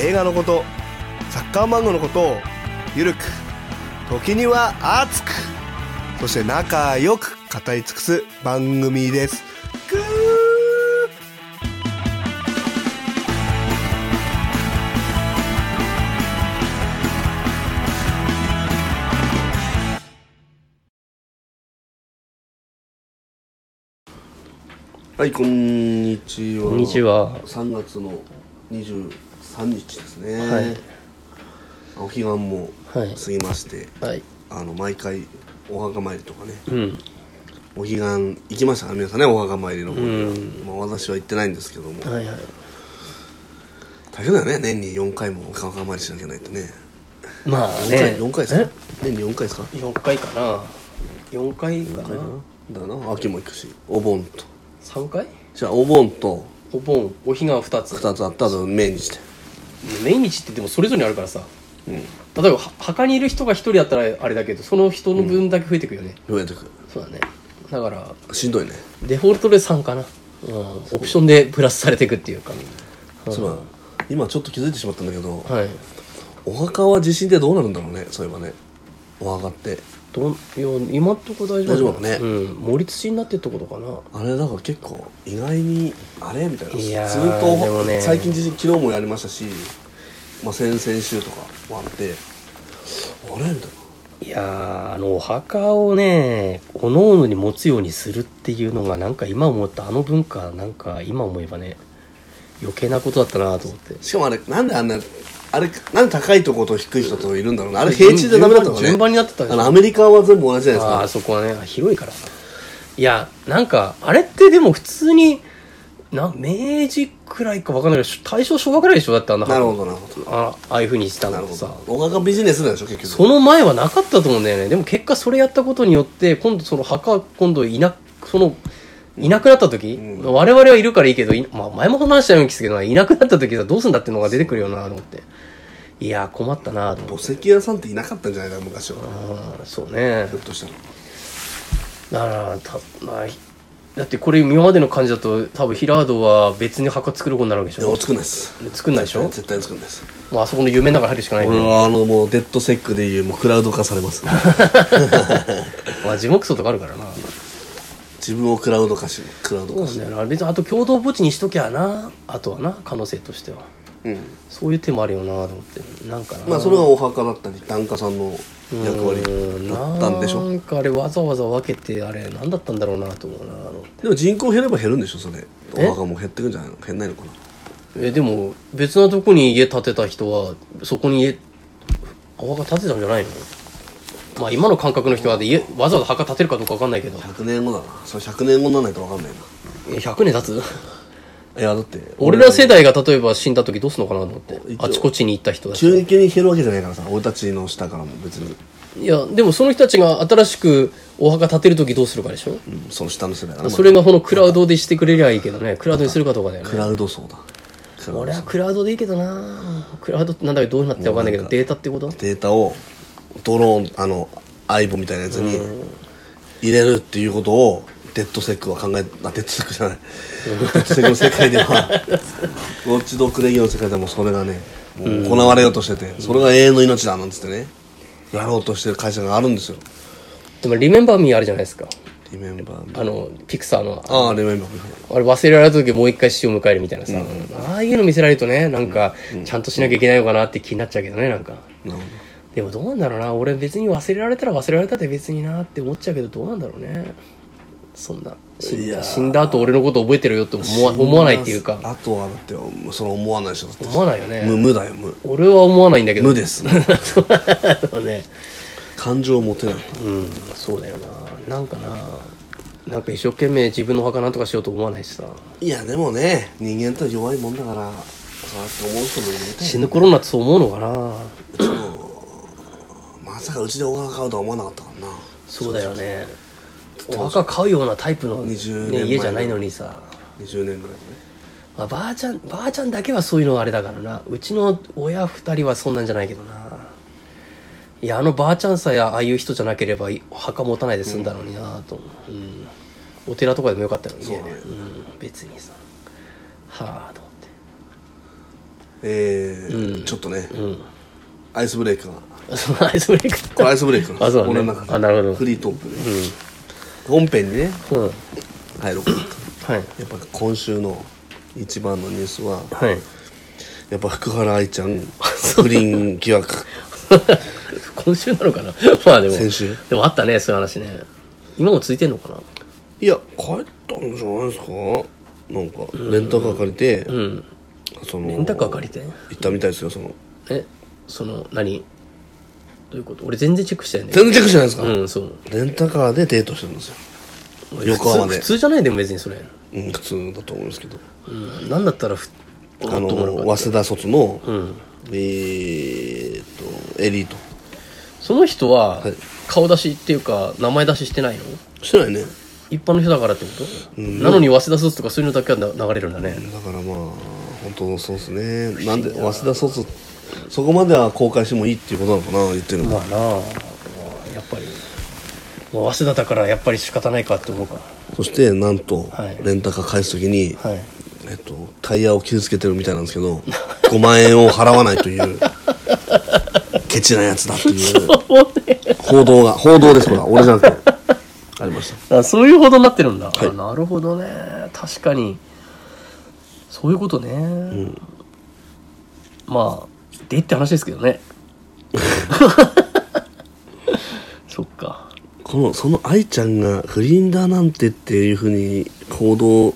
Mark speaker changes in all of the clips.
Speaker 1: 映画のことサッカー漫画のことをゆるく時には熱くそして仲良く語り尽くす番組ですぐーはい、こんにちは。
Speaker 2: こんにちは。
Speaker 1: 3月の23日ですね、
Speaker 2: はい
Speaker 1: お彼岸も
Speaker 2: はい
Speaker 1: 過ぎまして、
Speaker 2: はい。
Speaker 1: あの毎回お墓参りとかね
Speaker 2: うん。
Speaker 1: お彼岸行きましたか皆さんねお墓参りの方には、
Speaker 2: うん
Speaker 1: まあ、私は行ってないんですけども
Speaker 2: はいはい。
Speaker 1: 大変だよね年に4回もお墓参りしなきゃいけないとね
Speaker 2: まあ
Speaker 1: 4
Speaker 2: ね
Speaker 1: 回。4回ですか年に4回ですか
Speaker 2: え ?4 回かな。4回かな。
Speaker 1: だな秋も行くしお盆と
Speaker 2: 3回
Speaker 1: じゃあお盆と
Speaker 2: お盆、お彼岸2つ。
Speaker 1: 2つあったと命日で
Speaker 2: 命日ってでもそれぞれあるからさ。例えば、は墓にいる人が1人だったらあれだけど、その人の分だけ増えてくよね。
Speaker 1: 増えてく
Speaker 2: そうだね。だから、
Speaker 1: しんどいね
Speaker 2: デフォルトで3かな。うん、オプションでプラスされていくっていうか。
Speaker 1: そういえば今ちょっと気づいてしまったんだけど、
Speaker 2: はい。
Speaker 1: お墓は地震でどうなるんだろうねそういえばねお墓って
Speaker 2: どんいや今んとこ大丈夫
Speaker 1: 大丈夫だね
Speaker 2: うん。盛り土になってってことかな。
Speaker 1: あれだから結構意外にあれみたいない
Speaker 2: やー
Speaker 1: ずっと
Speaker 2: でもね
Speaker 1: 最近地震昨日もやりましたし、まあ、先々週とかもあってあれみたい
Speaker 2: いやーあのお墓をねおのおのに持つようにするっていうのがなんか今思ったあの文化なんか今思えばね余計なことだったなと思って
Speaker 1: なしかもあれなんであんなあれなんで高いとこと低い人といるんだろうなあれ平地でダメだったのね
Speaker 2: 順番になってたでしょ
Speaker 1: あのアメリカは全部同じじゃない
Speaker 2: ああ
Speaker 1: ですか
Speaker 2: そこはね広いからいやなんかあれってでも普通にな明治くらいか分かんないけど大正昭和くらいでしょだってあんな
Speaker 1: なるほどなるほど
Speaker 2: あああいうふうにした
Speaker 1: なる
Speaker 2: の
Speaker 1: ほ
Speaker 2: さ
Speaker 1: どお墓ビジネスなんでしょ結局
Speaker 2: その前はなかったと思うんだよね。でも結果それやったことによって、今度その墓、今度いな、その、いなくなった時、
Speaker 1: ん
Speaker 2: 我々はいるからいいけど、いまあ、前も話したようにですけど、いなくなった時さ、どうすんだってのが出てくるよなと思って。いやー、困ったなと
Speaker 1: 墓
Speaker 2: 思って。
Speaker 1: 石屋さんっていなかったんじゃないかな昔は
Speaker 2: あーそうね
Speaker 1: ひょ。っとしたら
Speaker 2: だから、たまあ、だってこれ今までの感じだと、多分ヒラードは別に墓作ることになるわけでし
Speaker 1: いや
Speaker 2: ょ。
Speaker 1: 作んないです
Speaker 2: 作んないでしょ
Speaker 1: 絶対作んないです
Speaker 2: もうあそこの夢の中入るしかない
Speaker 1: 俺
Speaker 2: ね。
Speaker 1: はあのもうデッドセックでいうもうクラウド化されます
Speaker 2: まあ、樹木葬とかあるからな。
Speaker 1: 自分をクラウド化しクラウド
Speaker 2: そう
Speaker 1: 化
Speaker 2: な
Speaker 1: し
Speaker 2: んだよな別にあと共同墓地にしときゃなあとはな可能性としては
Speaker 1: うん
Speaker 2: そういう手もあるよなと思ってなんかな
Speaker 1: まあそれがお墓だったり檀家さんの役割
Speaker 2: うん
Speaker 1: だったんでしょ
Speaker 2: なんかあれわざわざ分けてあれ何だったんだろうなと思うなあの
Speaker 1: でも人口減れば減るんでしょそれ
Speaker 2: え
Speaker 1: お墓も減ってくんじゃないの減んないのかな
Speaker 2: えでも別のとこに家建てた人はそこに家お墓建てたんじゃないのまあ今の感覚の人は家わざわざ墓建てるかどうか分かんないけど
Speaker 1: 100年後だなそれ100年後にならないと分かんない
Speaker 2: え100年経つ
Speaker 1: ないやだって
Speaker 2: 俺ら世代が例えば死んだ時どうすんのかなと思って
Speaker 1: 一応
Speaker 2: あちこちに行った人だし
Speaker 1: 急激に減るわけじゃないからさ俺たちの下からも別に、
Speaker 2: いやでもその人たちが新しくお墓建てる時どうするかでしょ
Speaker 1: うん、その下の世代から、
Speaker 2: それがこのクラウドでしてくれりゃいいけどね、クラウドにするかどうかだよ
Speaker 1: ク
Speaker 2: ね。
Speaker 1: ラウド層だクラウド
Speaker 2: 俺はクラウドでいいけどなクラウドってなんだかどうなってわかんないけど、データってこと
Speaker 1: データをドローンあの IVO みたいなやつに入れるっていうことをデッドセックは考えあデッドセックじゃないデッドセックの世界で はウォッチドッグレギュの世界でもそれがねもう行われようとしててそれが永遠の命だなんつってねやろうとしてる会社があるんですよ
Speaker 2: でも、リメンバーミーあるじゃないですか。
Speaker 1: リメンバー
Speaker 2: あの、ピクサーの。あ
Speaker 1: ああリメンバー
Speaker 2: れ忘れられた時もう一回死を迎えるみたいなさ、ああいうの見せられるとね、なんか、ちゃんとしなきゃいけないのかなって気になっちゃうけどね、なんか。
Speaker 1: なるほ
Speaker 2: でもどうなんだろうな俺別に忘れられたら忘れられたって別になって思っちゃうけどどうなんだろうね。そんな。死ん
Speaker 1: いやー
Speaker 2: だ死んだ後俺のこと覚えてるよって思わ
Speaker 1: ど
Speaker 2: 思わないっていうか、
Speaker 1: あとはだってその思わないでしょだって
Speaker 2: 思わないよね。
Speaker 1: 無無だよ無
Speaker 2: 俺は思わないんだけど
Speaker 1: 無 です
Speaker 2: そうだね
Speaker 1: 感情を持てない
Speaker 2: うんそうだよななんかななんか一生懸命自分のお墓なんとかしようと思わないしさ
Speaker 1: いやでもね人間って弱いもんだからそあそう思う人もいるみたい
Speaker 2: 死ぬ頃になってそう思うのかな
Speaker 1: まさかうちでお墓買うとは思わなかったからな
Speaker 2: そうだよねお墓買うようなタイプの、ね、
Speaker 1: 20年前
Speaker 2: 家じゃないのにさ、
Speaker 1: 20年ぐらい
Speaker 2: まあ、ばあちゃんばあちゃんだけはそういうのはあれだからなうちの親二人はそんなんじゃないけどないやあのばあちゃんさえああいう人じゃなければい墓持たないで済んだのになと思う、うんお寺とかでもよかったのにね
Speaker 1: そうね
Speaker 2: うん、別にさはあと思って
Speaker 1: えー
Speaker 2: うん
Speaker 1: ちょっとね、
Speaker 2: うん
Speaker 1: アイスブレイクが
Speaker 2: そ のアイスブレイク
Speaker 1: これアイスブレイクなんです
Speaker 2: あそうだね
Speaker 1: 俺の中で
Speaker 2: あなるほど
Speaker 1: フリートークで、本編にね
Speaker 2: うん、うん、
Speaker 1: 入ろうかなと
Speaker 2: はい
Speaker 1: やっぱ今週の一番のニュースは
Speaker 2: はい
Speaker 1: やっぱ福原愛ちゃ ん不倫疑惑
Speaker 2: 今週なのかな まあでも
Speaker 1: 先週
Speaker 2: でもあったねそういう話ね今もついてんのかない
Speaker 1: や帰ったんじゃないですかなんかレンタカー借りて、
Speaker 2: うん
Speaker 1: その
Speaker 2: レンタカー借りて
Speaker 1: 行ったみたいですよその
Speaker 2: えその何どういうこと俺全然チェックしてないんだ
Speaker 1: 全然チェックじゃないですか、
Speaker 2: けどうんそう
Speaker 1: レンタカーでデートしてるんですよ、横浜で
Speaker 2: 普通普通じゃないでも別にそれ、
Speaker 1: うん、普通だと思うんですけど
Speaker 2: うん、なんだったらふ
Speaker 1: あの
Speaker 2: もっともらうか
Speaker 1: 早稲田卒の、
Speaker 2: ん
Speaker 1: えーっとエリート
Speaker 2: その人は
Speaker 1: はい
Speaker 2: 顔出しっていうか名前出ししてないの
Speaker 1: してないね
Speaker 2: 一般の人だからってこと、なのに早稲田卒とかそういうのだけはな流れるんだね、
Speaker 1: だからまあ本当そうですねなんで早稲田卒そこまでは公開してもいいっていうことなのかな言ってるの
Speaker 2: まあなあやっぱりもう早稲田だからやっぱり仕方ないかって思うか
Speaker 1: そしてなんと、
Speaker 2: はい
Speaker 1: レンタカー返す時に、
Speaker 2: らはい
Speaker 1: えっと、タイヤを傷つけてるみたいなんですけど 5万円を払わないというケチなやつだっていう報道が報道ですこれは俺じゃなくてありました
Speaker 2: あそういうほどになってるんだ、
Speaker 1: はい
Speaker 2: あなるほどね確かにそういうことね、まあでって話ですけど ねそっか
Speaker 1: このその愛ちゃんが不倫だなんてっていうふうに報道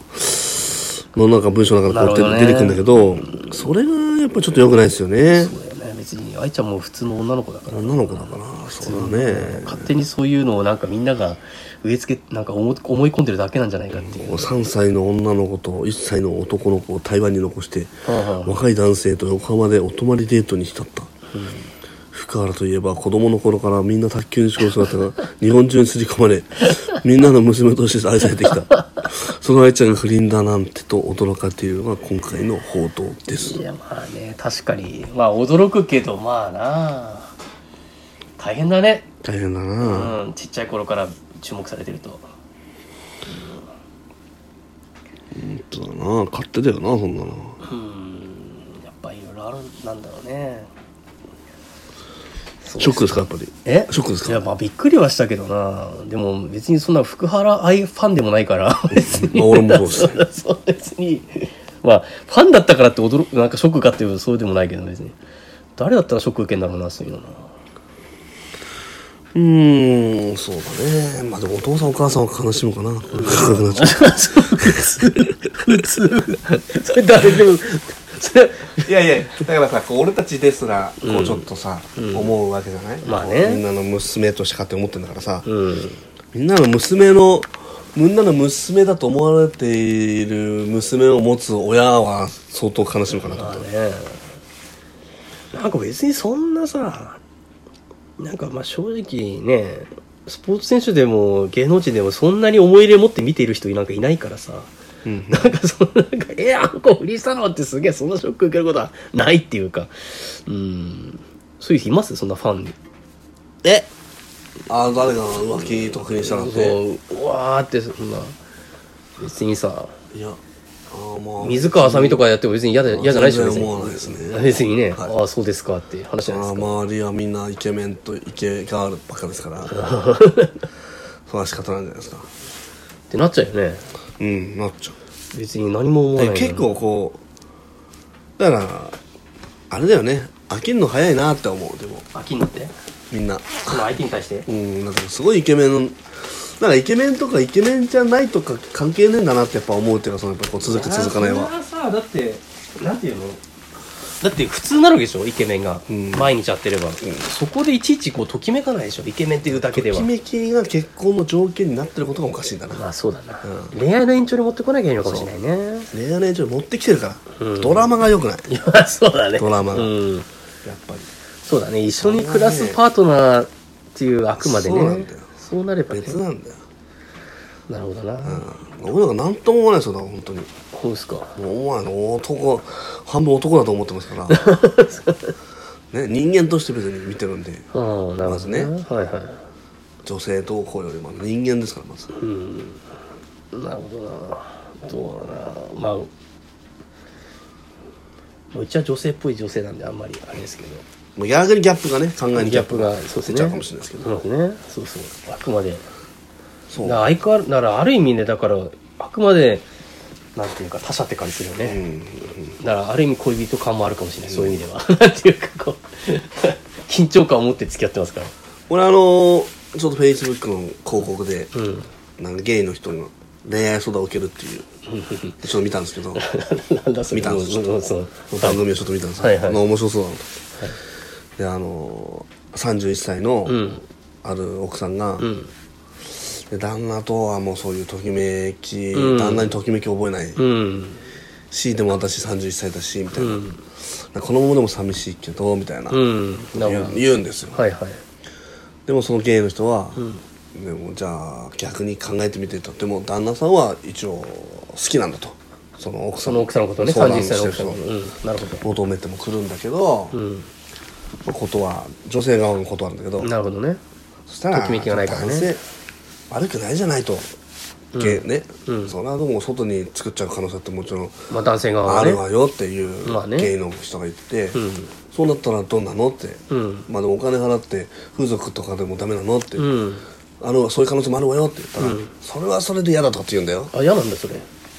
Speaker 1: のなんか文章の中でこうやって出てくるんだけどそれがやっぱちょっと良くないですよね
Speaker 2: そうだよね別に愛ちゃんも普通の女の子だから、
Speaker 1: 女の子だからそうだね
Speaker 2: 勝手にそういうのをなんかみんなが植え付けなんか思い思い込んでるだけなんじゃないかっていう、
Speaker 1: 3歳の女の子と1歳の男の子を台湾に残して
Speaker 2: はいはい
Speaker 1: 若い男性と横浜でお泊まりデートに浸った、福原といえば子供の頃からみんな卓球にしこる姿が日本中に刷り込まれみんなの娘として愛されてきたその愛ちゃんが不倫だなんてと驚かれているのが今回の報道です
Speaker 2: いやまあね確かにまあ驚くけどまあな大変だね
Speaker 1: 大変だな、
Speaker 2: うん、ちっちゃい頃から注目されてると
Speaker 1: 本当だな勝手だよなそんなの
Speaker 2: うんやっぱいろいろあるなんだろうね
Speaker 1: ショックですかやっぱり
Speaker 2: え
Speaker 1: ショックです
Speaker 2: いや
Speaker 1: か
Speaker 2: まあびっくりはしたけどなでも別にそんな福原愛ファンでもないから別に
Speaker 1: まあ俺もそうです
Speaker 2: そう別にまあファンだったからって驚くなんかショックかっていうとそうでもないけど別に誰だったらショック受けんだろうなそういうのな
Speaker 1: うーんそうだねまあでもお父さんお母さんは悲しむかな高くなっちゃう
Speaker 2: 普通それ 誰でも それ
Speaker 1: いやいやだからさこう俺たちですらこうちょっとさ、思うわけじゃない、
Speaker 2: まあね
Speaker 1: みんなの娘として勝手に思ってんだからさ、
Speaker 2: うん
Speaker 1: みんなの娘のみんなの娘だと思われている娘を持つ親は相当悲しむかなと思
Speaker 2: ま
Speaker 1: っ
Speaker 2: あ
Speaker 1: て、
Speaker 2: ねなんか別にそんなさなんかまあ正直ねスポーツ選手でも芸能人でもそんなに思い入れ持って見ている人なんかいないからさ、
Speaker 1: ん
Speaker 2: なんかそのなんか「えあんこフリースタローってすげえそんなショック受けることはないっていうかうんそういう人いますそんなファンに
Speaker 1: えああ誰が浮気とかにしたなんて
Speaker 2: そううわーってそんな別にさ
Speaker 1: いやあーまあ
Speaker 2: 水川あさみとかやっても別に嫌だ嫌じゃないでしょ
Speaker 1: 全然思わないですね
Speaker 2: 別にね、
Speaker 1: はい
Speaker 2: ああそうですかって話じゃないです
Speaker 1: あ
Speaker 2: か
Speaker 1: ー周りはみんなイケメンとイケガールばっかです からそれは仕方ないんじゃないですか
Speaker 2: ってなっちゃうよね
Speaker 1: うんなっちゃう
Speaker 2: 別に何も思わ
Speaker 1: で
Speaker 2: ない
Speaker 1: 結構こうだからあれだよね飽きるの早いなって思うでも
Speaker 2: 飽きになって
Speaker 1: みんな
Speaker 2: その相手に対して
Speaker 1: うんなんかすごいイケメンのなんかイケメンとかイケメンじゃないとか関係ねえんだなってやっぱ思うっていうかそのやっぱこう続く続かない
Speaker 2: それ
Speaker 1: は
Speaker 2: はさだってなんていうのだって普通なるでしょイケメンが、
Speaker 1: うん
Speaker 2: 毎日やってれば、そこでいちいちこうときめかないでしょイケメンっていうだけで
Speaker 1: と
Speaker 2: は
Speaker 1: きめきが結婚の条件になってることがおかしいんだな
Speaker 2: まあそうだな、
Speaker 1: う
Speaker 2: 恋愛の延長に持ってこなきゃいいのかもしれないね
Speaker 1: 恋愛の一応持ってきてるから、
Speaker 2: うん
Speaker 1: ドラマが良くない
Speaker 2: いやそうだね
Speaker 1: ドラマが
Speaker 2: うん
Speaker 1: やっぱり
Speaker 2: そうだね一緒に暮らすパートナーっていうあくまでね
Speaker 1: そうなんだよ
Speaker 2: そうなればね
Speaker 1: 別なんだよ、
Speaker 2: なるほどな、
Speaker 1: うん、俺なんか何とも思わないですよだから本当に
Speaker 2: そうですか
Speaker 1: もう思わないの男半分男だと思ってますから ね人間として別に見てるんで
Speaker 2: ああなるほ
Speaker 1: ま
Speaker 2: ど
Speaker 1: ず
Speaker 2: ね
Speaker 1: ね
Speaker 2: はいはい
Speaker 1: 女性同行よりも人間ですからまず
Speaker 2: なるほどなどうだろうなまあもううちは女性っぽい女性なんであんまりあれですけど
Speaker 1: もう逆にギャップがね考えにギャップが
Speaker 2: そうです
Speaker 1: 出
Speaker 2: ね
Speaker 1: ちゃうかもしれないですけど
Speaker 2: そうですねそうそうあくまで
Speaker 1: そう
Speaker 2: だから相変わらだからある意味ねだからあくまでなんていうか他者って感じするよ
Speaker 1: うん
Speaker 2: ね、
Speaker 1: うん
Speaker 2: だからある意味恋人感もあるかもしれない、そういう意味では なんていうかこう緊張感を持って付き合ってますから
Speaker 1: 俺あのーちょっとフェイスブックの広告で、
Speaker 2: うん
Speaker 1: なんかゲイの人が恋愛相談を受けるって いうちょっと見たんですけど
Speaker 2: なんだそれ
Speaker 1: 見たんです
Speaker 2: うんうんそう
Speaker 1: 番組をちょっと見たんですよ、
Speaker 2: はいはい
Speaker 1: まあ面白そうだなと、であのー、31歳の
Speaker 2: うん
Speaker 1: ある奥さんが、
Speaker 2: うん
Speaker 1: で旦那とはもうそういうときめき、
Speaker 2: うん
Speaker 1: 旦那にときめき覚えない、
Speaker 2: うん
Speaker 1: しでも私31歳だしみたいな,、
Speaker 2: うん
Speaker 1: このままでも寂しいけどみたいな、
Speaker 2: うんな
Speaker 1: 言
Speaker 2: る
Speaker 1: う
Speaker 2: ほ
Speaker 1: 言うんですよ
Speaker 2: どはいはい
Speaker 1: でもそのゲイの人は、でもじゃあ逆に考えてみてとでも旦那さんは一応好きなんだとその奥さ
Speaker 2: そ
Speaker 1: ん
Speaker 2: の奥さんのことね
Speaker 1: 相談
Speaker 2: 31歳の
Speaker 1: してる
Speaker 2: 奥
Speaker 1: 人
Speaker 2: さんのことうんなるほ
Speaker 1: 求めてもくるんだけど、
Speaker 2: どうん
Speaker 1: ことは女性側のことなんだけど
Speaker 2: なるほどね
Speaker 1: そしたら
Speaker 2: ときめきがないからね
Speaker 1: 男性悪くないじゃないと、ゲイね、それはでも外に作っちゃう可能性ってもちろん
Speaker 2: まあ男性側
Speaker 1: あ
Speaker 2: はね
Speaker 1: るわよっていう
Speaker 2: まあね
Speaker 1: 芸の人が言って、そうなったらどうなのって、
Speaker 2: ん
Speaker 1: まあでもお金払って風俗とかでもダメなのって、
Speaker 2: うん
Speaker 1: あのそういう可能性もあるわよって言ったら、それはそれで嫌だとかって言うんだよ
Speaker 2: あ嫌なんだそれ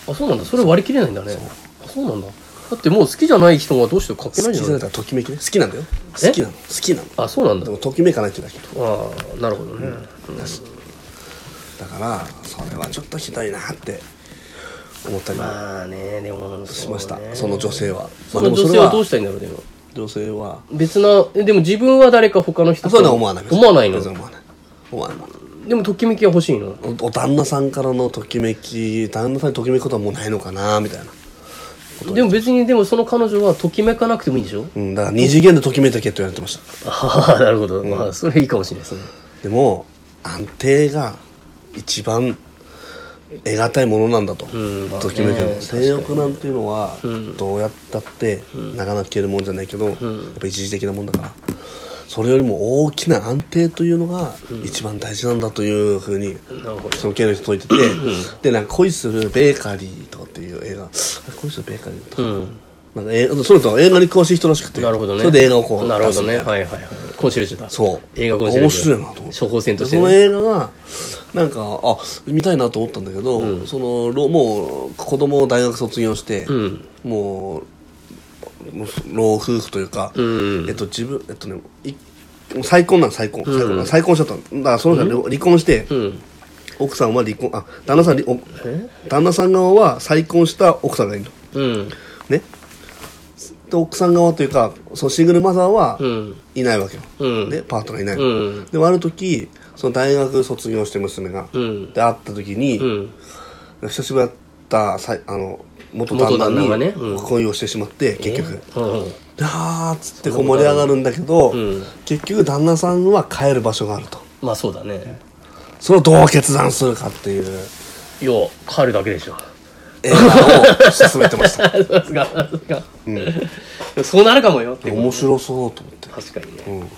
Speaker 2: あそうなんだそれ割り切れないんだねあそうなんだだってもう好きじゃない人がどうしても関係な
Speaker 1: 好
Speaker 2: い
Speaker 1: き
Speaker 2: じ
Speaker 1: じ
Speaker 2: ゃ
Speaker 1: ゃ
Speaker 2: な
Speaker 1: ないいからときめきね好きなんだよ
Speaker 2: え
Speaker 1: 好きなの好きなの
Speaker 2: あそうなんだ
Speaker 1: でもときめかないってだけ
Speaker 2: ああなるほどね、うん
Speaker 1: だからそれはちょっとひどいなって思ったりも
Speaker 2: まあねでも
Speaker 1: しました、
Speaker 2: うね
Speaker 1: その女性は、ま
Speaker 2: そ
Speaker 1: あ、で
Speaker 2: の
Speaker 1: もそ
Speaker 2: 女
Speaker 1: れ
Speaker 2: 性
Speaker 1: は
Speaker 2: はどうしたいんだろうでも
Speaker 1: 女性は
Speaker 2: 別なえでも自分は誰か他の人
Speaker 1: そういうのは思わない
Speaker 2: 思わないの
Speaker 1: 別に思わない思わない
Speaker 2: でもときめきは欲しいの
Speaker 1: おお旦那さんからのときめき旦那さんにときめくことはもうないのかなみたいな、
Speaker 2: でも別にでもその彼女はときめかなくてもいいんでしょ
Speaker 1: うん、だから二次元でときめいたけって言われてました
Speaker 2: ああなるほど、まあそれいいかもしれないですね
Speaker 1: でも安定が一番得難いものなんだと、
Speaker 2: んまあね
Speaker 1: ときめく
Speaker 2: 確か
Speaker 1: の
Speaker 2: に
Speaker 1: 性欲なんていうのはどうやったってなかなか消えるもんじゃないけど、やっぱ一時的なもんだからそれよりも大きな安定というのが一番大事なんだというふうに、
Speaker 2: なるほど
Speaker 1: その系の人と言ってて、でなんか恋するベーカリーとかっていう映画恋するベーカリーとか、
Speaker 2: うん
Speaker 1: なんか映画それと映画に詳しい人らしくて
Speaker 2: なるほどね
Speaker 1: それで映画をこう
Speaker 2: なるほど
Speaker 1: 出す
Speaker 2: ね
Speaker 1: みたいな
Speaker 2: はいはいはいコンシェルジュだ
Speaker 1: そう
Speaker 2: 映画コンシェルジュ
Speaker 1: 面白いなと思って
Speaker 2: 処方箋として
Speaker 1: その
Speaker 2: ね
Speaker 1: 映画がなんかあ見たいなと思ったんだけど、そのろもう子供を大学卒業して、
Speaker 2: ん
Speaker 1: もうもう老夫婦というか、
Speaker 2: ん
Speaker 1: えっと自分えっとねいもう再婚なの再婚再婚,、再婚しちゃったのだからその人は離離婚して、
Speaker 2: うん
Speaker 1: 奥さんは離婚あ旦那さん離お
Speaker 2: え
Speaker 1: 旦那さん側は再婚した奥さんがいるの
Speaker 2: うん
Speaker 1: ねで奥さん側というかそのシングルマザーは
Speaker 2: うん
Speaker 1: いないわけよ、
Speaker 2: うん
Speaker 1: ね、パートナーいないの、
Speaker 2: うん
Speaker 1: でもある時その大学卒業して娘が、
Speaker 2: ん
Speaker 1: で会った時に、
Speaker 2: うん
Speaker 1: 久しぶりだったさいあの元旦
Speaker 2: 元旦那が
Speaker 1: 那に
Speaker 2: ねうん
Speaker 1: 恋をしてしまって、結局
Speaker 2: うんうん
Speaker 1: であーっつってこう盛り上がるんだけど、
Speaker 2: ん
Speaker 1: 結局旦那さんは帰る場所があると
Speaker 2: まあそうだね
Speaker 1: それをどう決断するかっていう
Speaker 2: いや帰るだけでしょ
Speaker 1: 映画を進めてました
Speaker 2: そうですかそうですか、そうなるかもよって いう
Speaker 1: 面白そうと思って
Speaker 2: 確かにね、
Speaker 1: うん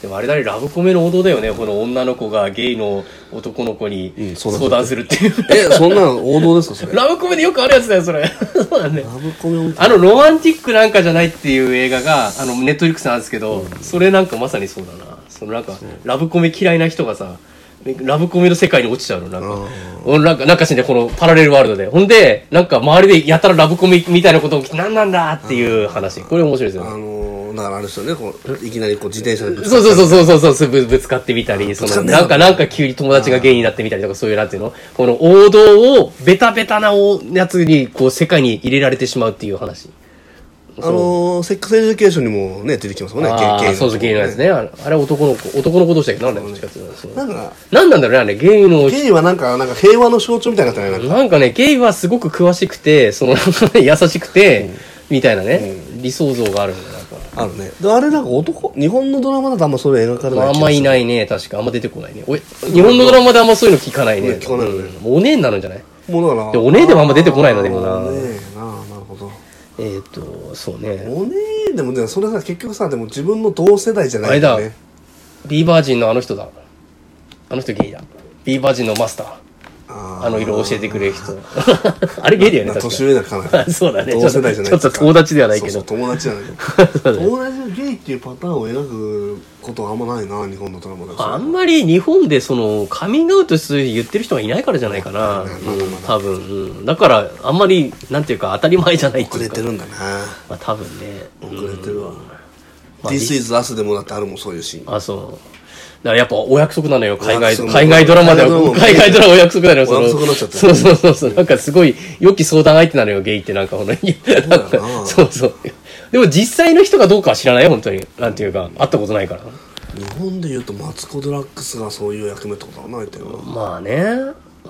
Speaker 2: でもあれだねラブコメの王道だよねこの女の子がゲイの男の子
Speaker 1: う
Speaker 2: に
Speaker 1: んそうだ
Speaker 2: 相談するっていう、
Speaker 1: えそんなの王道ですかそれ
Speaker 2: ラブコメでよくあるやつだよそれそうだね
Speaker 1: ラブコメ音楽
Speaker 2: あのロマンティックなんかじゃないっていう映画があのネットフリックスなんですけど、それなんかまさにそうだなそのなんかラブコメ嫌いな人がさラブコメの世界に落ちちゃうのなんか俺なんかなんかしんでこのパラレルワールドでほんでなんか周りでやたらラブコメみたいなことをなんなんだっていう話これ面白いですよね
Speaker 1: あのー、だからあれですよねこういきなりこう自転車でぶつか
Speaker 2: そうそうそうそうそうそうぶぶつかってみたりそ
Speaker 1: ぶつか
Speaker 2: の
Speaker 1: んねえ
Speaker 2: な
Speaker 1: なん
Speaker 2: かなんか急に友達がゲイになってみたりとかそういうなんていうのこの王道をベタベタなおやつにこう世界に入れられてしまうっていう話
Speaker 1: あのーセックスエデュケーションにもね出てきますもんね
Speaker 2: あ
Speaker 1: ゲイ
Speaker 2: ーそうそう、ゲイのやつね。あれあれ男の子、男の子同士だけどな、あれどっちかっていうとそう
Speaker 1: なんか
Speaker 2: なんなんだろうね、あれ、ゲイの。
Speaker 1: ゲイはなんかなんか平和の象徴みたいになってないなんか
Speaker 2: なんかね、ゲイはすごく詳しくて、その、 優しくて、みたいなね、理想像があるんだよ、なんか。
Speaker 1: あるねであれなんか男日本のドラマだとあんまそれ描かれない
Speaker 2: あんまい
Speaker 1: い
Speaker 2: ないね、確か。あんま出てこないね。おい日本のドラマであんまそういうの聞かないね。
Speaker 1: うん聞かないよね
Speaker 2: うんもうお姉になるんじゃない
Speaker 1: ものだから
Speaker 2: でお姉でもあんま出てこないのでもな
Speaker 1: あーねえななるほど
Speaker 2: えっ、と、そうね。
Speaker 1: お姉でもねそれさ結局さでも自分の同世代じゃ
Speaker 2: あ
Speaker 1: な
Speaker 2: れ
Speaker 1: いん
Speaker 2: だ
Speaker 1: よね。
Speaker 2: ビーバージンのあの人だ。あの人ゲイだ。ビーバージンのマスター。
Speaker 1: あ
Speaker 2: あの色を教えてくれる人。 あれゲイだよね、
Speaker 1: まあ
Speaker 2: 確か
Speaker 1: 年上だから
Speaker 2: そうだね
Speaker 1: 同世代じゃないですか
Speaker 2: ちょっと友達ではないけど
Speaker 1: そうそう友達じゃ ないけど友達のゲイっていうパターンを描くことはあんまないな日本のドラマだと
Speaker 2: あんまり日本でそのカミングアウトする言ってる人がいないからじゃないかな、うん多分、うんだからあんまりなんていうか当たり前じゃないっ
Speaker 1: 遅
Speaker 2: てい
Speaker 1: れ
Speaker 2: うか
Speaker 1: てるんだな
Speaker 2: まあ、多分ね、
Speaker 1: 遅れてるわ
Speaker 2: まあ
Speaker 1: This is us でもだってあるもんそういうシーン
Speaker 2: あそうだからやっぱお約束なのよ海
Speaker 1: お
Speaker 2: 外
Speaker 1: 約束
Speaker 2: 海外ドラマでは
Speaker 1: 海外
Speaker 2: 海外
Speaker 1: ド
Speaker 2: ドラマお約束なのよ
Speaker 1: お
Speaker 2: そ
Speaker 1: 約
Speaker 2: の
Speaker 1: 束になっちゃった
Speaker 2: そうそうそうそうなんかすごい良き相談相手なのよゲイってなんかこのなん
Speaker 1: そうだよな
Speaker 2: かそうそうでも実際の人がどうかは知らないよ本当になんていうか会ったことないから
Speaker 1: 日本でいうとマツコ・ドラッグスがそういう役目ってことはないっていうの
Speaker 2: まあね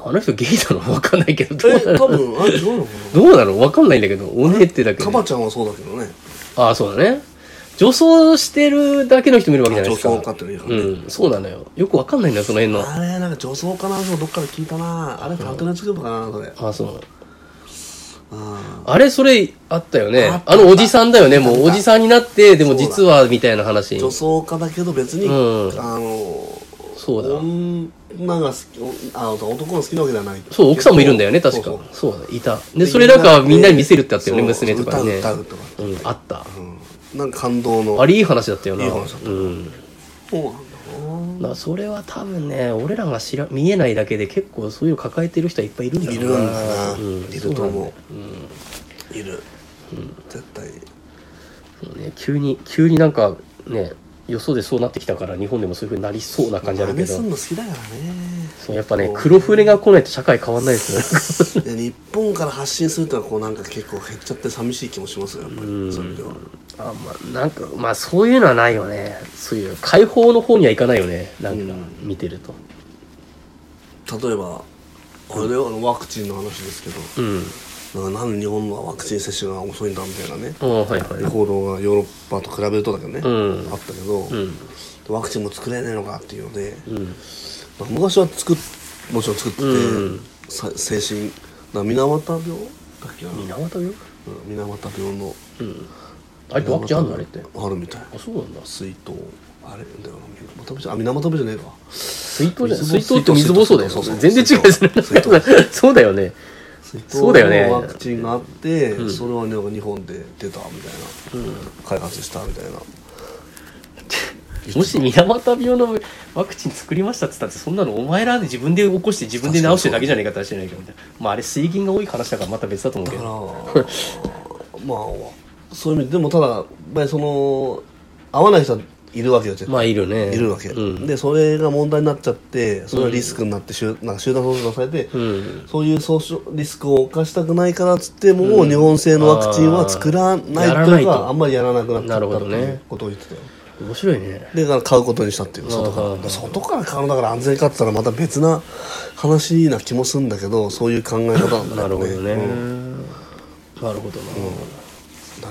Speaker 2: あの人ゲイなの分かんないけどどうな
Speaker 1: え多
Speaker 2: の
Speaker 1: 分あれ違うのか
Speaker 2: どうなの分かんないんだけどおねえってだけ
Speaker 1: な
Speaker 2: で
Speaker 1: カバちゃんはそうだけどね
Speaker 2: ああそうだね女装してるだけの人もいるわけじゃない
Speaker 1: 女
Speaker 2: ですか
Speaker 1: 装家っていうのね
Speaker 2: うんそうなのよよく分かんないんだよその辺の
Speaker 1: あれなんか女装家なんかどっから聞いたなあれパントネ作るのかなそれ
Speaker 2: あそう
Speaker 1: うん
Speaker 2: あれ、それ、あったよ
Speaker 1: あっ
Speaker 2: ね。
Speaker 1: た
Speaker 2: あのおじさんだよね。もうおじさんになって、でも
Speaker 1: そうだ
Speaker 2: 実は、みたいな話。
Speaker 1: 女装家だけど別に、
Speaker 2: うん
Speaker 1: あの
Speaker 2: そうだ。
Speaker 1: 女が好きおあ男が好きなわけじゃない
Speaker 2: そう、奥さんもいるんだよね、
Speaker 1: そう
Speaker 2: 確
Speaker 1: そう
Speaker 2: か。そうだ、いた。で、それなんかみんなに見せるってあったよね、
Speaker 1: そう
Speaker 2: 娘とかにね。
Speaker 1: 歌う歌うとか
Speaker 2: うん、あった。
Speaker 1: うんなんか感動の
Speaker 2: あれ、いい話だったよな。
Speaker 1: いい話だった
Speaker 2: うん。だ
Speaker 1: そうなん
Speaker 2: からそれは多分ね、俺らが知ら、見えないだけで結構そういうの抱えてる人はいっぱいいるんだ
Speaker 1: だな
Speaker 2: ろ
Speaker 1: いうるん
Speaker 2: な。
Speaker 1: だな、
Speaker 2: うん
Speaker 1: いると思う、
Speaker 2: うん
Speaker 1: いる、絶対
Speaker 2: そうね、急に、急になんか、ね、よそでそうなってきたから、日本でもそういう風になりそうな感じある
Speaker 1: 真
Speaker 2: け
Speaker 1: 似す
Speaker 2: ど
Speaker 1: ん。の好きだからね
Speaker 2: そう、やっぱね、黒船が来ないと社会変わんないですね。
Speaker 1: で日本から発信するってのはこうなんか結構減っちゃって寂しい気もしますよやっぱり、そういう意味では
Speaker 2: あまあなんかまあそういうのはないよねそういう解放の方にはいかないよねなんか見てると
Speaker 1: 例えばあれだよあのワクチンの話ですけど、
Speaker 2: うん
Speaker 1: なんかなんで日本のワクチン接種が遅いんだみたいなね
Speaker 2: あはいはい
Speaker 1: 行動がヨーロッパと比べるとだけどね、
Speaker 2: うん
Speaker 1: あったけど、
Speaker 2: ん
Speaker 1: ワクチンも作れねえのかっていうので、
Speaker 2: うん
Speaker 1: まあ昔は作っもちろん作ってて、
Speaker 2: うん
Speaker 1: さ精神な水俣病だっけな、うん
Speaker 2: 水俣病
Speaker 1: 水俣病の
Speaker 2: うんあれってワクチンあんのあれって
Speaker 1: あるみたい
Speaker 2: あそうなんだ
Speaker 1: 水筒あれだよな水俣病じゃあ水俣病じゃねえか
Speaker 2: 水筒じゃない
Speaker 1: 水
Speaker 2: 水
Speaker 1: 筒
Speaker 2: 筒って水疱瘡だよ
Speaker 1: そうそう
Speaker 2: 全然違うですね
Speaker 1: 水筒
Speaker 2: そうだよね
Speaker 1: 水筒
Speaker 2: そうだよね
Speaker 1: のワクチンがあって、それはね日本で出たみたいな、開発したみたいな
Speaker 2: もし水俣病のワクチン作りましたっつったってそんなのお前らで自分で起こして自分で治してるだけじゃねえかって話じゃないかみたいなまああれ水銀が多い話だからまた別だと思うけ
Speaker 1: だから
Speaker 2: ど
Speaker 1: まあそういう意味ででもただやっぱりその合わない人はいるわけよ絶対、
Speaker 2: まあいるね
Speaker 1: いるわけ、
Speaker 2: うん
Speaker 1: でそれが問題になっちゃってそれがリスクになって、集なんか集団訴訟されて、
Speaker 2: うん
Speaker 1: そういう訴訟リスクを犯したくないからっつってもう日本製のワクチンは作らない
Speaker 2: あー
Speaker 1: という
Speaker 2: やらない
Speaker 1: か
Speaker 2: と
Speaker 1: あんまりやらなくなっちゃ
Speaker 2: な
Speaker 1: った
Speaker 2: る
Speaker 1: っ
Speaker 2: ほ
Speaker 1: て
Speaker 2: ど
Speaker 1: い
Speaker 2: ね
Speaker 1: うことを言ってたよ
Speaker 2: 面白いね
Speaker 1: でだから買うことにしたっていう外から
Speaker 2: あー
Speaker 1: だから外から買うのだから安全かって言ったらまた別な話な気もするんだけどそういう考え方なんだよね
Speaker 2: なるほどね、
Speaker 1: うん
Speaker 2: なるほどな、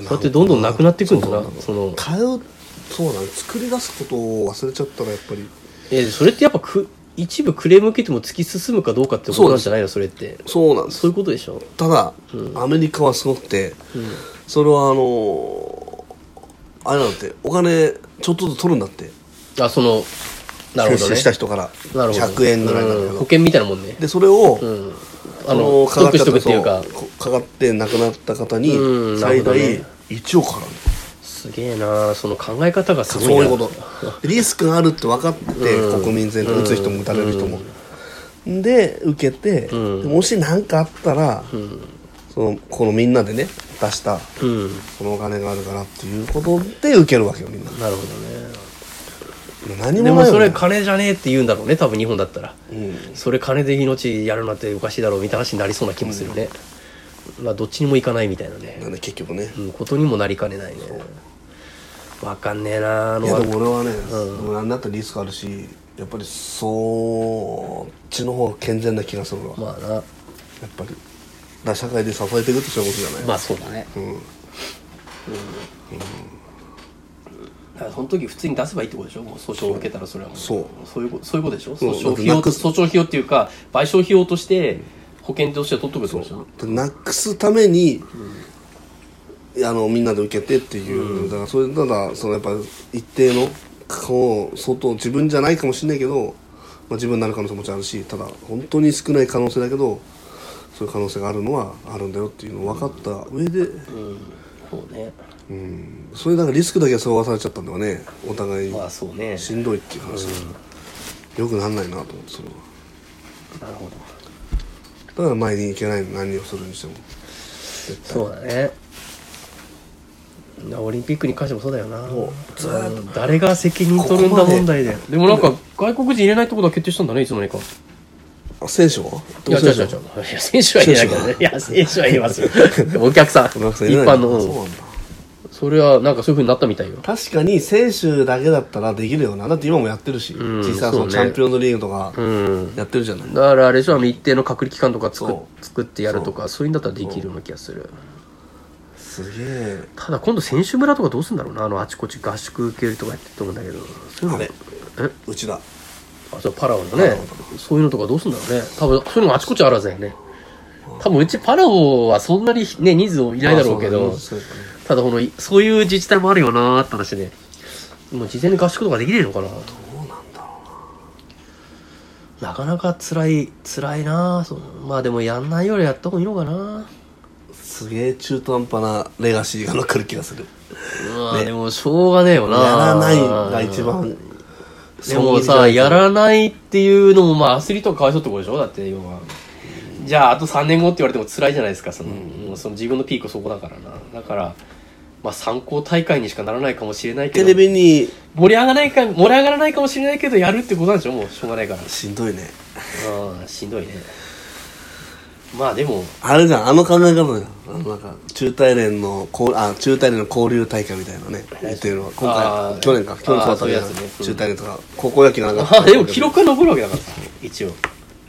Speaker 1: だ
Speaker 2: そうやってどんどんなくなっていくんだ
Speaker 1: そ
Speaker 2: な
Speaker 1: う
Speaker 2: その
Speaker 1: 買うそうだね作り出すことを忘れちゃったらやっぱり
Speaker 2: えそれってやっぱく一部クレーム受けても突き進むかどうかってことなんじゃないのそれって
Speaker 1: そうなんです
Speaker 2: そういうことでしょ
Speaker 1: ただ、アメリカはすごくて、それはあのーあれなんだってお金ちょっとずつ取るんだって
Speaker 2: あそのなるほど
Speaker 1: 接種
Speaker 2: ね
Speaker 1: した人から
Speaker 2: なるほど
Speaker 1: 100円ぐらいなんだけ
Speaker 2: うん
Speaker 1: ど、
Speaker 2: 保険みたいなもんね
Speaker 1: でそれを、
Speaker 2: うんあ
Speaker 1: あ
Speaker 2: の
Speaker 1: の
Speaker 2: ストックしとくっていう
Speaker 1: か
Speaker 2: か
Speaker 1: かかかって亡くなった方に
Speaker 2: うんなる
Speaker 1: 最
Speaker 2: ほど
Speaker 1: 大
Speaker 2: ね
Speaker 1: 1億払うの
Speaker 2: すげえなその考え方がすごいな
Speaker 1: そういうことリスクがあるって分かって、国民全体打つ人も打たれる人も、で受けて、
Speaker 2: うん
Speaker 1: もし何かあったら、そのこのみんなでね出した
Speaker 2: うん
Speaker 1: そのお金があるからっていうことで受けるわけよみんな
Speaker 2: なるほど
Speaker 1: 何
Speaker 2: ね
Speaker 1: も
Speaker 2: で
Speaker 1: な
Speaker 2: も
Speaker 1: い
Speaker 2: そ
Speaker 1: よ、
Speaker 2: れ
Speaker 1: ね、
Speaker 2: 金じゃねえって言うんだろうね多分日本だったら
Speaker 1: うん
Speaker 2: それ金で命やるなんておかしいだろうみたいな話になりそうな気もするね、まあどっちにも行かないみたいなね
Speaker 1: な、んで結局ね
Speaker 2: うん、ことにもなりかねないねわかんねえなあ
Speaker 1: い
Speaker 2: の
Speaker 1: や
Speaker 2: 悪
Speaker 1: でも俺はね、でも何だったらリスクあるしやっぱりそっちの方が健全な気がするわ、
Speaker 2: まあな
Speaker 1: やっぱりだから社会で支えていくってそういうことじゃない、
Speaker 2: まあそうだね
Speaker 1: うん、
Speaker 2: だからその時普通に出せばいいってことでしょもう訴訟を受けたらそれはもう
Speaker 1: そう
Speaker 2: そういうことそういうことでしょ
Speaker 1: そう
Speaker 2: 訴訟費用と
Speaker 1: なく
Speaker 2: 訴訟費用っていうか賠償費用として保険として取っとくってことでしょ
Speaker 1: でなくすために、あのみんなで受けてっていう、だからそれただそのやっぱ一定のこう外自分じゃないかもしれないけど、まあ、自分になる可能性ももちろんあるしただ本当に少ない可能性だけどそういう可能性があるのはあるんだよっていうのを分かった上で、
Speaker 2: うんそうね
Speaker 1: うん、それだからリスクだけはそうされちゃったんだよねお互い
Speaker 2: まあそうね
Speaker 1: しんどいっていう話、よくなんないなと思ってそれは
Speaker 2: なるほど
Speaker 1: だから前に行けないの何をするにしても
Speaker 2: そうだねオリンピックに関してもそうだよな
Speaker 1: もうずーっと
Speaker 2: あの誰が責任取るん
Speaker 1: こ
Speaker 2: だ
Speaker 1: こまで
Speaker 2: 問題ででもなんか外国人入れないってことは決定したんだねいつの間にか
Speaker 1: あ選手はい
Speaker 2: や、違う違う違う。いや、選手は言えない からね。いや、選手は言えますよ。 お客さん。一
Speaker 1: お客さんいない
Speaker 2: 般の。
Speaker 1: あそう
Speaker 2: う
Speaker 1: なんんだ
Speaker 2: それは、なんかそういう風になったみたいよ。
Speaker 1: 確かに選手だけだったらできるよなだって今もやってるし、
Speaker 2: ん
Speaker 1: 実際そ
Speaker 2: そう
Speaker 1: の
Speaker 2: ね
Speaker 1: チャンピオンズリーグとか
Speaker 2: うん。
Speaker 1: やってるじゃない、
Speaker 2: だから、あれでしょ、あの、一定の隔離期間とか作っ
Speaker 1: そ
Speaker 2: 作ってやるとか、そういうんだったらできるような気がする。
Speaker 1: すげえ
Speaker 2: ただ、今度選手村とかどうするんだろうな。あの、あちこち合宿受けるとかやってると思うんだけど。そういう
Speaker 1: あ
Speaker 2: の
Speaker 1: れ
Speaker 2: え
Speaker 1: うちだ
Speaker 2: あ、そう、パラオのね
Speaker 1: オ。
Speaker 2: そういうのとかどうするんだろうね。多分、そういうのがあちこちあるはずだよね。多分、うちパラオはそんなにね、人数いないだろうけど。
Speaker 1: あそうだね
Speaker 2: ただこのそういう自治体もあるよなーって話でもう事前に合宿とかできねえのかなどうなんだろうななかなか辛い辛いなーそのまあでもやんないよりやった方がいいのかな
Speaker 1: すげえ中途半端なレガシーが残る気がする
Speaker 2: まあでもしょうがねえよ
Speaker 1: や
Speaker 2: な
Speaker 1: らないが一番
Speaker 2: でもさやらないっていうのもまあアスリートがかわいそうってことでしょだって要はじゃああと3年後って言われても辛いじゃないですかその,、もうその自分のピークそこだからなだからまあ参考大会にしかならないかもしれないけ
Speaker 1: テ
Speaker 2: ど
Speaker 1: レビに
Speaker 2: 盛り上がらないか盛り上がらないかもしれないけどやるってことなんでしょもうしょうがないから
Speaker 1: しんどいね
Speaker 2: ああしんどいねまあでも
Speaker 1: あれじゃんあの考え方じゃんあのなんか中大連のこうあ中大連の交流大会みたいなねやってるのは今
Speaker 2: あ
Speaker 1: 回
Speaker 2: ー
Speaker 1: 去年か去年そうだったけ
Speaker 2: あーそういうやつ
Speaker 1: ど
Speaker 2: ね
Speaker 1: 中大連とか高校野球の中
Speaker 2: あでも記録は残るわけだからさ一応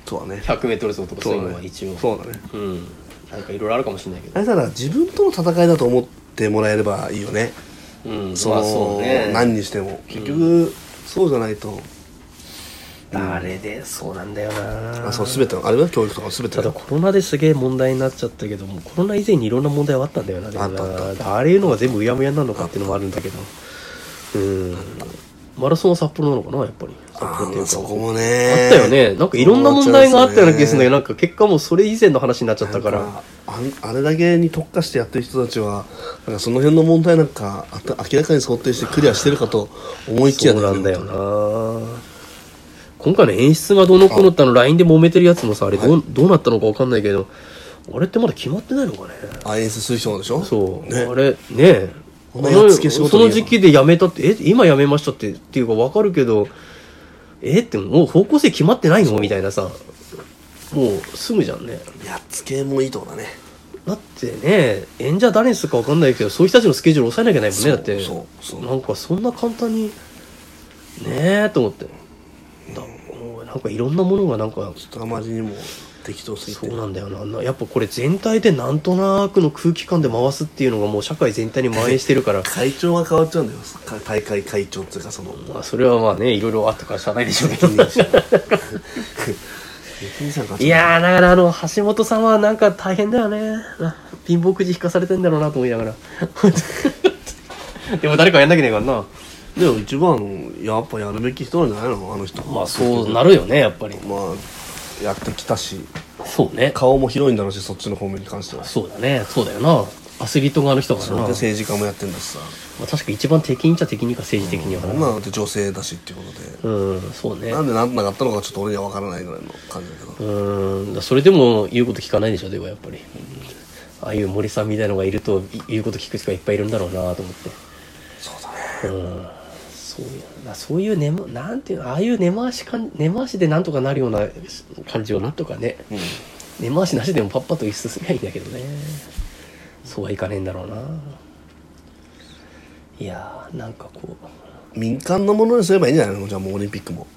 Speaker 1: そうだね
Speaker 2: 100m 走とかそ
Speaker 1: そ
Speaker 2: うい
Speaker 1: うう
Speaker 2: の
Speaker 1: だ
Speaker 2: は
Speaker 1: ね
Speaker 2: 一応
Speaker 1: そうだね
Speaker 2: うんなんかいろいろあるかもしれないけ
Speaker 1: あ
Speaker 2: ど
Speaker 1: れだから自分との戦いだと思ってもらえればいいよね
Speaker 2: うん
Speaker 1: そ
Speaker 2: ま
Speaker 1: の
Speaker 2: あそうね
Speaker 1: 何にしても結局、そうじゃないと
Speaker 2: あれでそうなんだよな
Speaker 1: あそう全てのあれは教育とかも全て
Speaker 2: ただ
Speaker 1: の
Speaker 2: コロナですげえ問題になっちゃったけどもコロナ以前にいろんな問題はあったんだよなでもな
Speaker 1: あったあ
Speaker 2: あれいうのが全部うやむやになるのかっていうのもあるんだけどうんマラソンは札幌なのかなやっぱり札幌
Speaker 1: あ
Speaker 2: ってい
Speaker 1: ー
Speaker 2: うか
Speaker 1: そこも
Speaker 2: あっ
Speaker 1: ね
Speaker 2: たよね。なんかいろんな問題があったような気がするんだ
Speaker 1: ど
Speaker 2: けど、なんか結果もうそれ以前の話になっちゃったから。
Speaker 1: あんあれだけに特化してやってる人たちはなんかその辺の問題なんかあた明らかに想定してクリアしてるかと思いきや
Speaker 2: そうなんだよな。今回の演出がどうのこうのってあの LINE で揉めてるやつもさ、あれどう,、どうなったのかわかんないけど、あれってまだ決まってないのかね。
Speaker 1: あ演出推奨でしょ
Speaker 2: そう。
Speaker 1: ね
Speaker 2: あれ、ねえ。
Speaker 1: こんなやっつけ仕事に
Speaker 2: その時期で辞めたって、え、今辞めましたって、っていうかわかるけど、えってもう方向性決まってないのみたいなさ、もうすぐじゃんね。
Speaker 1: やっつけもいいとこだね
Speaker 2: だってね演者誰にするか分かんないけどそういう人たちのスケジュール抑えなきゃいけないもんねだって
Speaker 1: そうそう
Speaker 2: なんかそんな簡単にねえと思ってだおいなんかいろんなものがなんか
Speaker 1: あまりにも適当すぎ
Speaker 2: そ
Speaker 1: て
Speaker 2: うなんだよななやっぱこれ全体でなんとなくの空気感で回すっていうのがもう社会全体に蔓延してるから
Speaker 1: 会長が変わっちゃうんだよか大会会長っていうかその
Speaker 2: まあそれはまあねいろいろあったからしゃあないでしょうけど
Speaker 1: 役人さん役人さんが
Speaker 2: いやーだからあの橋本さんはなんか大変だよねな貧乏くじ引かされてんだろうなと思いなが らでも誰かやんなきゃいけないからな
Speaker 1: でも一番やっぱやるべき人なんじゃないのあの人
Speaker 2: まあそうなるよねやっぱり
Speaker 1: まあやってきたし
Speaker 2: そうね
Speaker 1: 顔も広いんだろうしそっちの方面に関しては
Speaker 2: そうだねそうだよなアスリート側の人がな、
Speaker 1: で
Speaker 2: まあ、
Speaker 1: 政治家もやってんだしさ
Speaker 2: 確か一番敵にっちゃ敵にか政治的には
Speaker 1: そんなのって女性だしっていうことで、
Speaker 2: うんそうね
Speaker 1: なんでなんなかったのかちょっと俺には分からないぐらいの感じだけど、
Speaker 2: うんだからそれでも言うこと聞かないでしょでもやっぱりああいう森さんみたいのがいるとい言うこと聞く人がいっぱいいるんだろうなと思って
Speaker 1: そうだね
Speaker 2: うんそういうまあそういう根もなんていうのああいう根回しかん根回しでなんとかなるような感じをなんとかね、根回しなしでもパッパと進みゃいいんだけどねそうはいかねえんだろうないやーなんかこ
Speaker 1: 民間のものにすればいいんじゃないのじゃあもうオリンピックも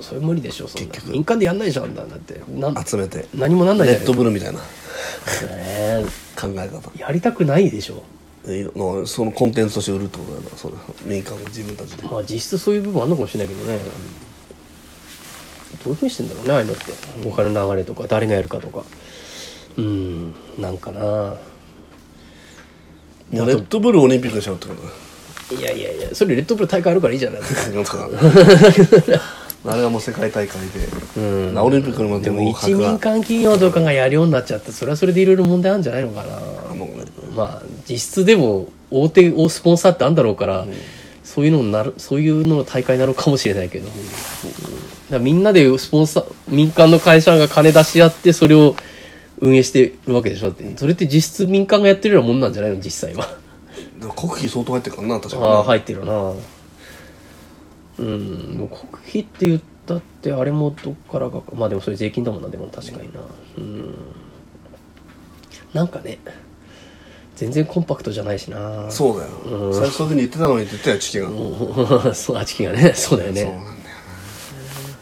Speaker 2: うそれ無理でしょそんな
Speaker 1: 結局
Speaker 2: 民間でやんないじゃんだってなん
Speaker 1: 集めて
Speaker 2: 何もなんないじ
Speaker 1: レ
Speaker 2: ゃ
Speaker 1: ッド
Speaker 2: ない
Speaker 1: ブルみたいな
Speaker 2: ですかね
Speaker 1: 考え方
Speaker 2: やりたくないでしょ
Speaker 1: いいのそのコンテンツとして売るってことだなその民間を自分たちで
Speaker 2: まあ実質そういう部分あんのかもしれないけどねどういうふうにしてんだろうねああいうのってお金の流れとか誰がやるかとかうんなんかな
Speaker 1: もうレッドブルオリンピックにしちゃう ってことだ
Speaker 2: いやいやいやそれレッドブル大会あるからいいじゃない
Speaker 1: なんすかあれはもう世界大会で、
Speaker 2: うん
Speaker 1: なオリンピックにも
Speaker 2: でも
Speaker 1: もう
Speaker 2: 一
Speaker 1: 格
Speaker 2: 民間
Speaker 1: が
Speaker 2: 企業とかがやるようになっちゃってそれはそれでいろいろ問題あるんじゃないのかな
Speaker 1: あのね
Speaker 2: まあ実質でも大手大スポンサーってあるんだろうから、そういうのになるそういうのの大会なのかもしれないけど、だからみんなでスポンサー民間の会社が金出し合ってそれを運営してるわけでしょだって、それって実質民間がやってるようなもんなんじゃないの実際は
Speaker 1: でも国費相当入ってるからな確かに
Speaker 2: ああ入ってるなうんでも国費って言ったってあれもどっからかまあでもそれ税金だもんなでも確かになうんなんかね全然コンパクトじゃないしな
Speaker 1: そうだよ、最初そういうふうに言ってたのにって言ったよ父が、
Speaker 2: お そう、あちきがね、 そうだよ
Speaker 1: そう
Speaker 2: ね。
Speaker 1: なんだよ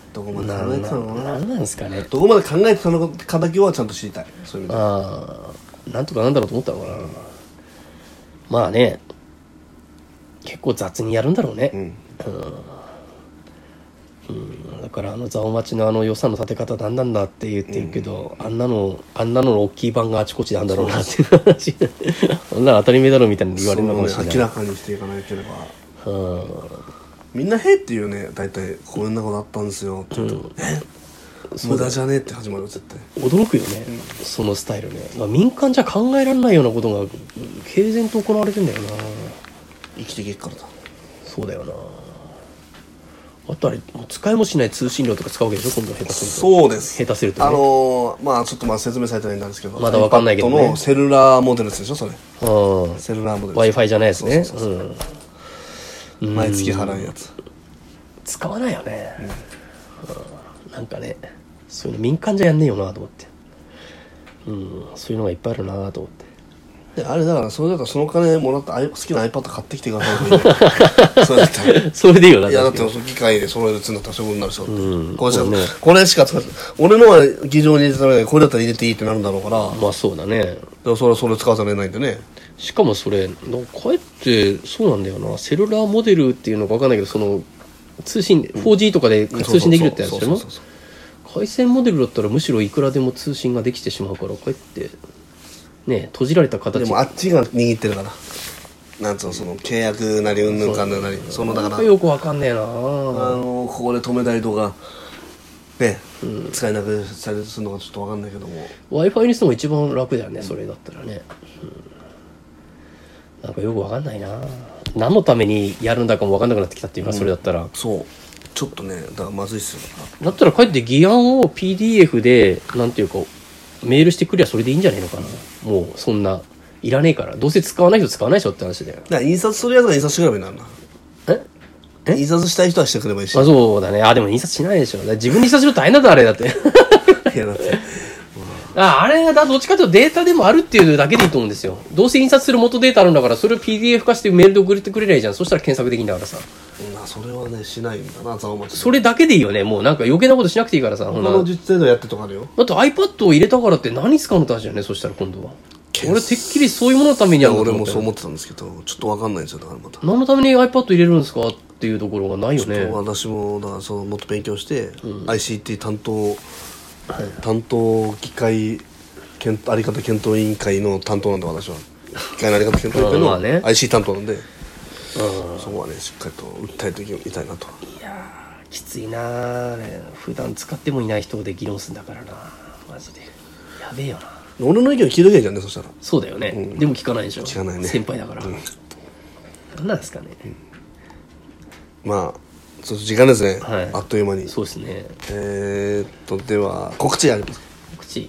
Speaker 1: などこまで
Speaker 2: な
Speaker 1: 考えて
Speaker 2: んな
Speaker 1: たのか
Speaker 2: な
Speaker 1: なん
Speaker 2: なんですかね。
Speaker 1: どこまで考えてたのかだけはちゃんと知りたいそういう意味で
Speaker 2: ああ、なんとかなんだろうと思ったのかな。まあね、結構雑にやるんだろうね。
Speaker 1: うん
Speaker 2: うんだからあの蔵王町のあの予算の立て方なんなんだって言ってるけど、あんなのあんなのの大きい版があちこちなんだろうなっていう話 あんなの当たり前だろみたいに言われるのかもしれ
Speaker 1: そうね
Speaker 2: ない
Speaker 1: 明らかにしていかなければ
Speaker 2: う
Speaker 1: みんな「へえ」って言うね大体「こんなことあったんですよ」って言うと「え無駄じゃねえ」って始まるよ絶対
Speaker 2: ん、驚くよね、そのスタイルね、まあ、民間じゃ考えられないようなことがうん平然と行われてんだよな
Speaker 1: 生きていけっからだ
Speaker 2: そうだよなあとあれもう使いもしない通信料とか使うわけでしょ今度下手すると
Speaker 1: そうです
Speaker 2: 下手するとね
Speaker 1: あのーまあちょっとまあ説明されてないんですけど
Speaker 2: まだわかんないけどね
Speaker 1: iPad のセルラーモデルですでしょそれ
Speaker 2: うん w
Speaker 1: セルラーモデル
Speaker 2: i f i じゃないですね
Speaker 1: そうそうそう
Speaker 2: うん
Speaker 1: 毎月払うやつ
Speaker 2: 使わないよね、うんなんかねそういうの民間じゃやんねえよなと思ってうんそういうのがいっぱいあるなと思って
Speaker 1: であれだからそれだからその金もらったあい好きな iPad 買ってきてくださ いそうやったら
Speaker 2: それでいいよない
Speaker 1: やだ
Speaker 2: だ
Speaker 1: っ
Speaker 2: って
Speaker 1: て機械で揃えるっつうんだったらそういうことになるでしょ、
Speaker 2: うん
Speaker 1: これじゃ
Speaker 2: そうね
Speaker 1: これしか使って俺のは議場に入れてたのにこれだったら入れていいってなるんだろうから、
Speaker 2: まあそうだね
Speaker 1: でもそれはそれ使わざるを得ないんでね
Speaker 2: しかもそれなんかこれってそうなんだよなセルラーモデルっていうのか分かんないけどその通信 4G とかで通信できるってやつでし
Speaker 1: そう
Speaker 2: ょ
Speaker 1: そうそう
Speaker 2: 回線モデルだったらむしろいくらでも通信ができてしまうからこうやってね閉じられた
Speaker 1: そう
Speaker 2: 形
Speaker 1: でもあっちが握ってるからなんつうのその契約なりうんぬんかんぬんなりそのだから
Speaker 2: よくわかんねえな
Speaker 1: あのここで止めたりとかね、使えなくされするのかちょっとわかんないけども
Speaker 2: w i f i にしても一番楽だよねそれだったらね、うんなんかよくわかんないな何のためにやるんだかもわかんなくなってきたっていうか、それだったら
Speaker 1: そうちょっとねだからまずいっすよ
Speaker 2: だったらかえって議案を PDF でなんていうかメールしてくりゃそれでいいんじゃないのかな、もうそんないらねえからどうせ使わない人使わないでしょって話だよ
Speaker 1: だから印刷するやつが印刷してくればいいんだろうな
Speaker 2: え
Speaker 1: 印刷したい人はしてくればいいし
Speaker 2: あそうだねあでも印刷しないでしょだから自分で印刷すると大変なんだあれだって
Speaker 1: いやだって
Speaker 2: ああれがだどっちかというとデータでもあるっていうだけでいいと思うんですよどうせ印刷する元データあるんだからそれを PDF 化してメールで送ってくれりゃいいじゃんそしたら検索できんだからさ
Speaker 1: まあそれはねしないんだなざおまち
Speaker 2: それだけでいいよねもうなんか余計なことしなくていいからさほ
Speaker 1: 他
Speaker 2: な
Speaker 1: の自治体ではやってるとかあるよ
Speaker 2: だって iPad を入れたからって何使うのって話だよねそしたら今度は
Speaker 1: 検
Speaker 2: 俺てっきりそういうもののために
Speaker 1: い
Speaker 2: や
Speaker 1: や
Speaker 2: るんだ
Speaker 1: 俺
Speaker 2: と思
Speaker 1: も
Speaker 2: った
Speaker 1: そう
Speaker 2: よ
Speaker 1: 思ってたんですけどちょっとわかんないんですよだからまた、
Speaker 2: 何のために iPad 入れるんですかっていうところがないよね
Speaker 1: 私もだからそのもっと勉強して、ICT 担当担当議会検討あり方検討委員会の担当なんで私は議会のあり方検討委員会
Speaker 2: まあ
Speaker 1: の
Speaker 2: ね
Speaker 1: IC 担当なんで、そこはねしっかりと訴えていきたいなと
Speaker 2: いやーきついなあね普段使ってもいない人で議論するんだからなマジでやべえよな
Speaker 1: 俺の意見聞いとけばいいじゃんねそしたら
Speaker 2: そうだよね、でも聞かないでしょ
Speaker 1: 聞かないね
Speaker 2: 先輩だから、なんなんですかね、
Speaker 1: まあそう時間ですね、
Speaker 2: はい
Speaker 1: あっという間に
Speaker 2: そうですね
Speaker 1: えー、っとでは告知あります
Speaker 2: 口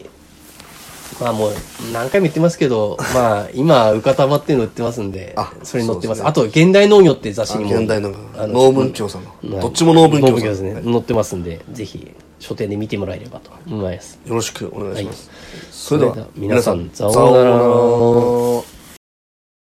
Speaker 2: まあもう何回も言ってますけど、 まあ今、うかたまっていうの売ってますんで
Speaker 1: あ、
Speaker 2: それに載ってます。
Speaker 1: そう
Speaker 2: あと、現代農業って雑誌にも。
Speaker 1: 現代の
Speaker 2: あの
Speaker 1: 農文庁さんの
Speaker 2: はい
Speaker 1: どっちも農文
Speaker 2: 農
Speaker 1: 庁
Speaker 2: 文
Speaker 1: さ
Speaker 2: 教
Speaker 1: ん
Speaker 2: ですね。載ってますんで、ぜひ、書店で見てもらえればと思います。
Speaker 1: よろしくお願いします、そ
Speaker 2: そ
Speaker 1: れで
Speaker 2: れ
Speaker 1: は
Speaker 2: では
Speaker 1: 皆
Speaker 2: 皆
Speaker 1: さ
Speaker 2: さ
Speaker 1: ん
Speaker 2: ん
Speaker 1: さよう
Speaker 2: さよう
Speaker 1: なら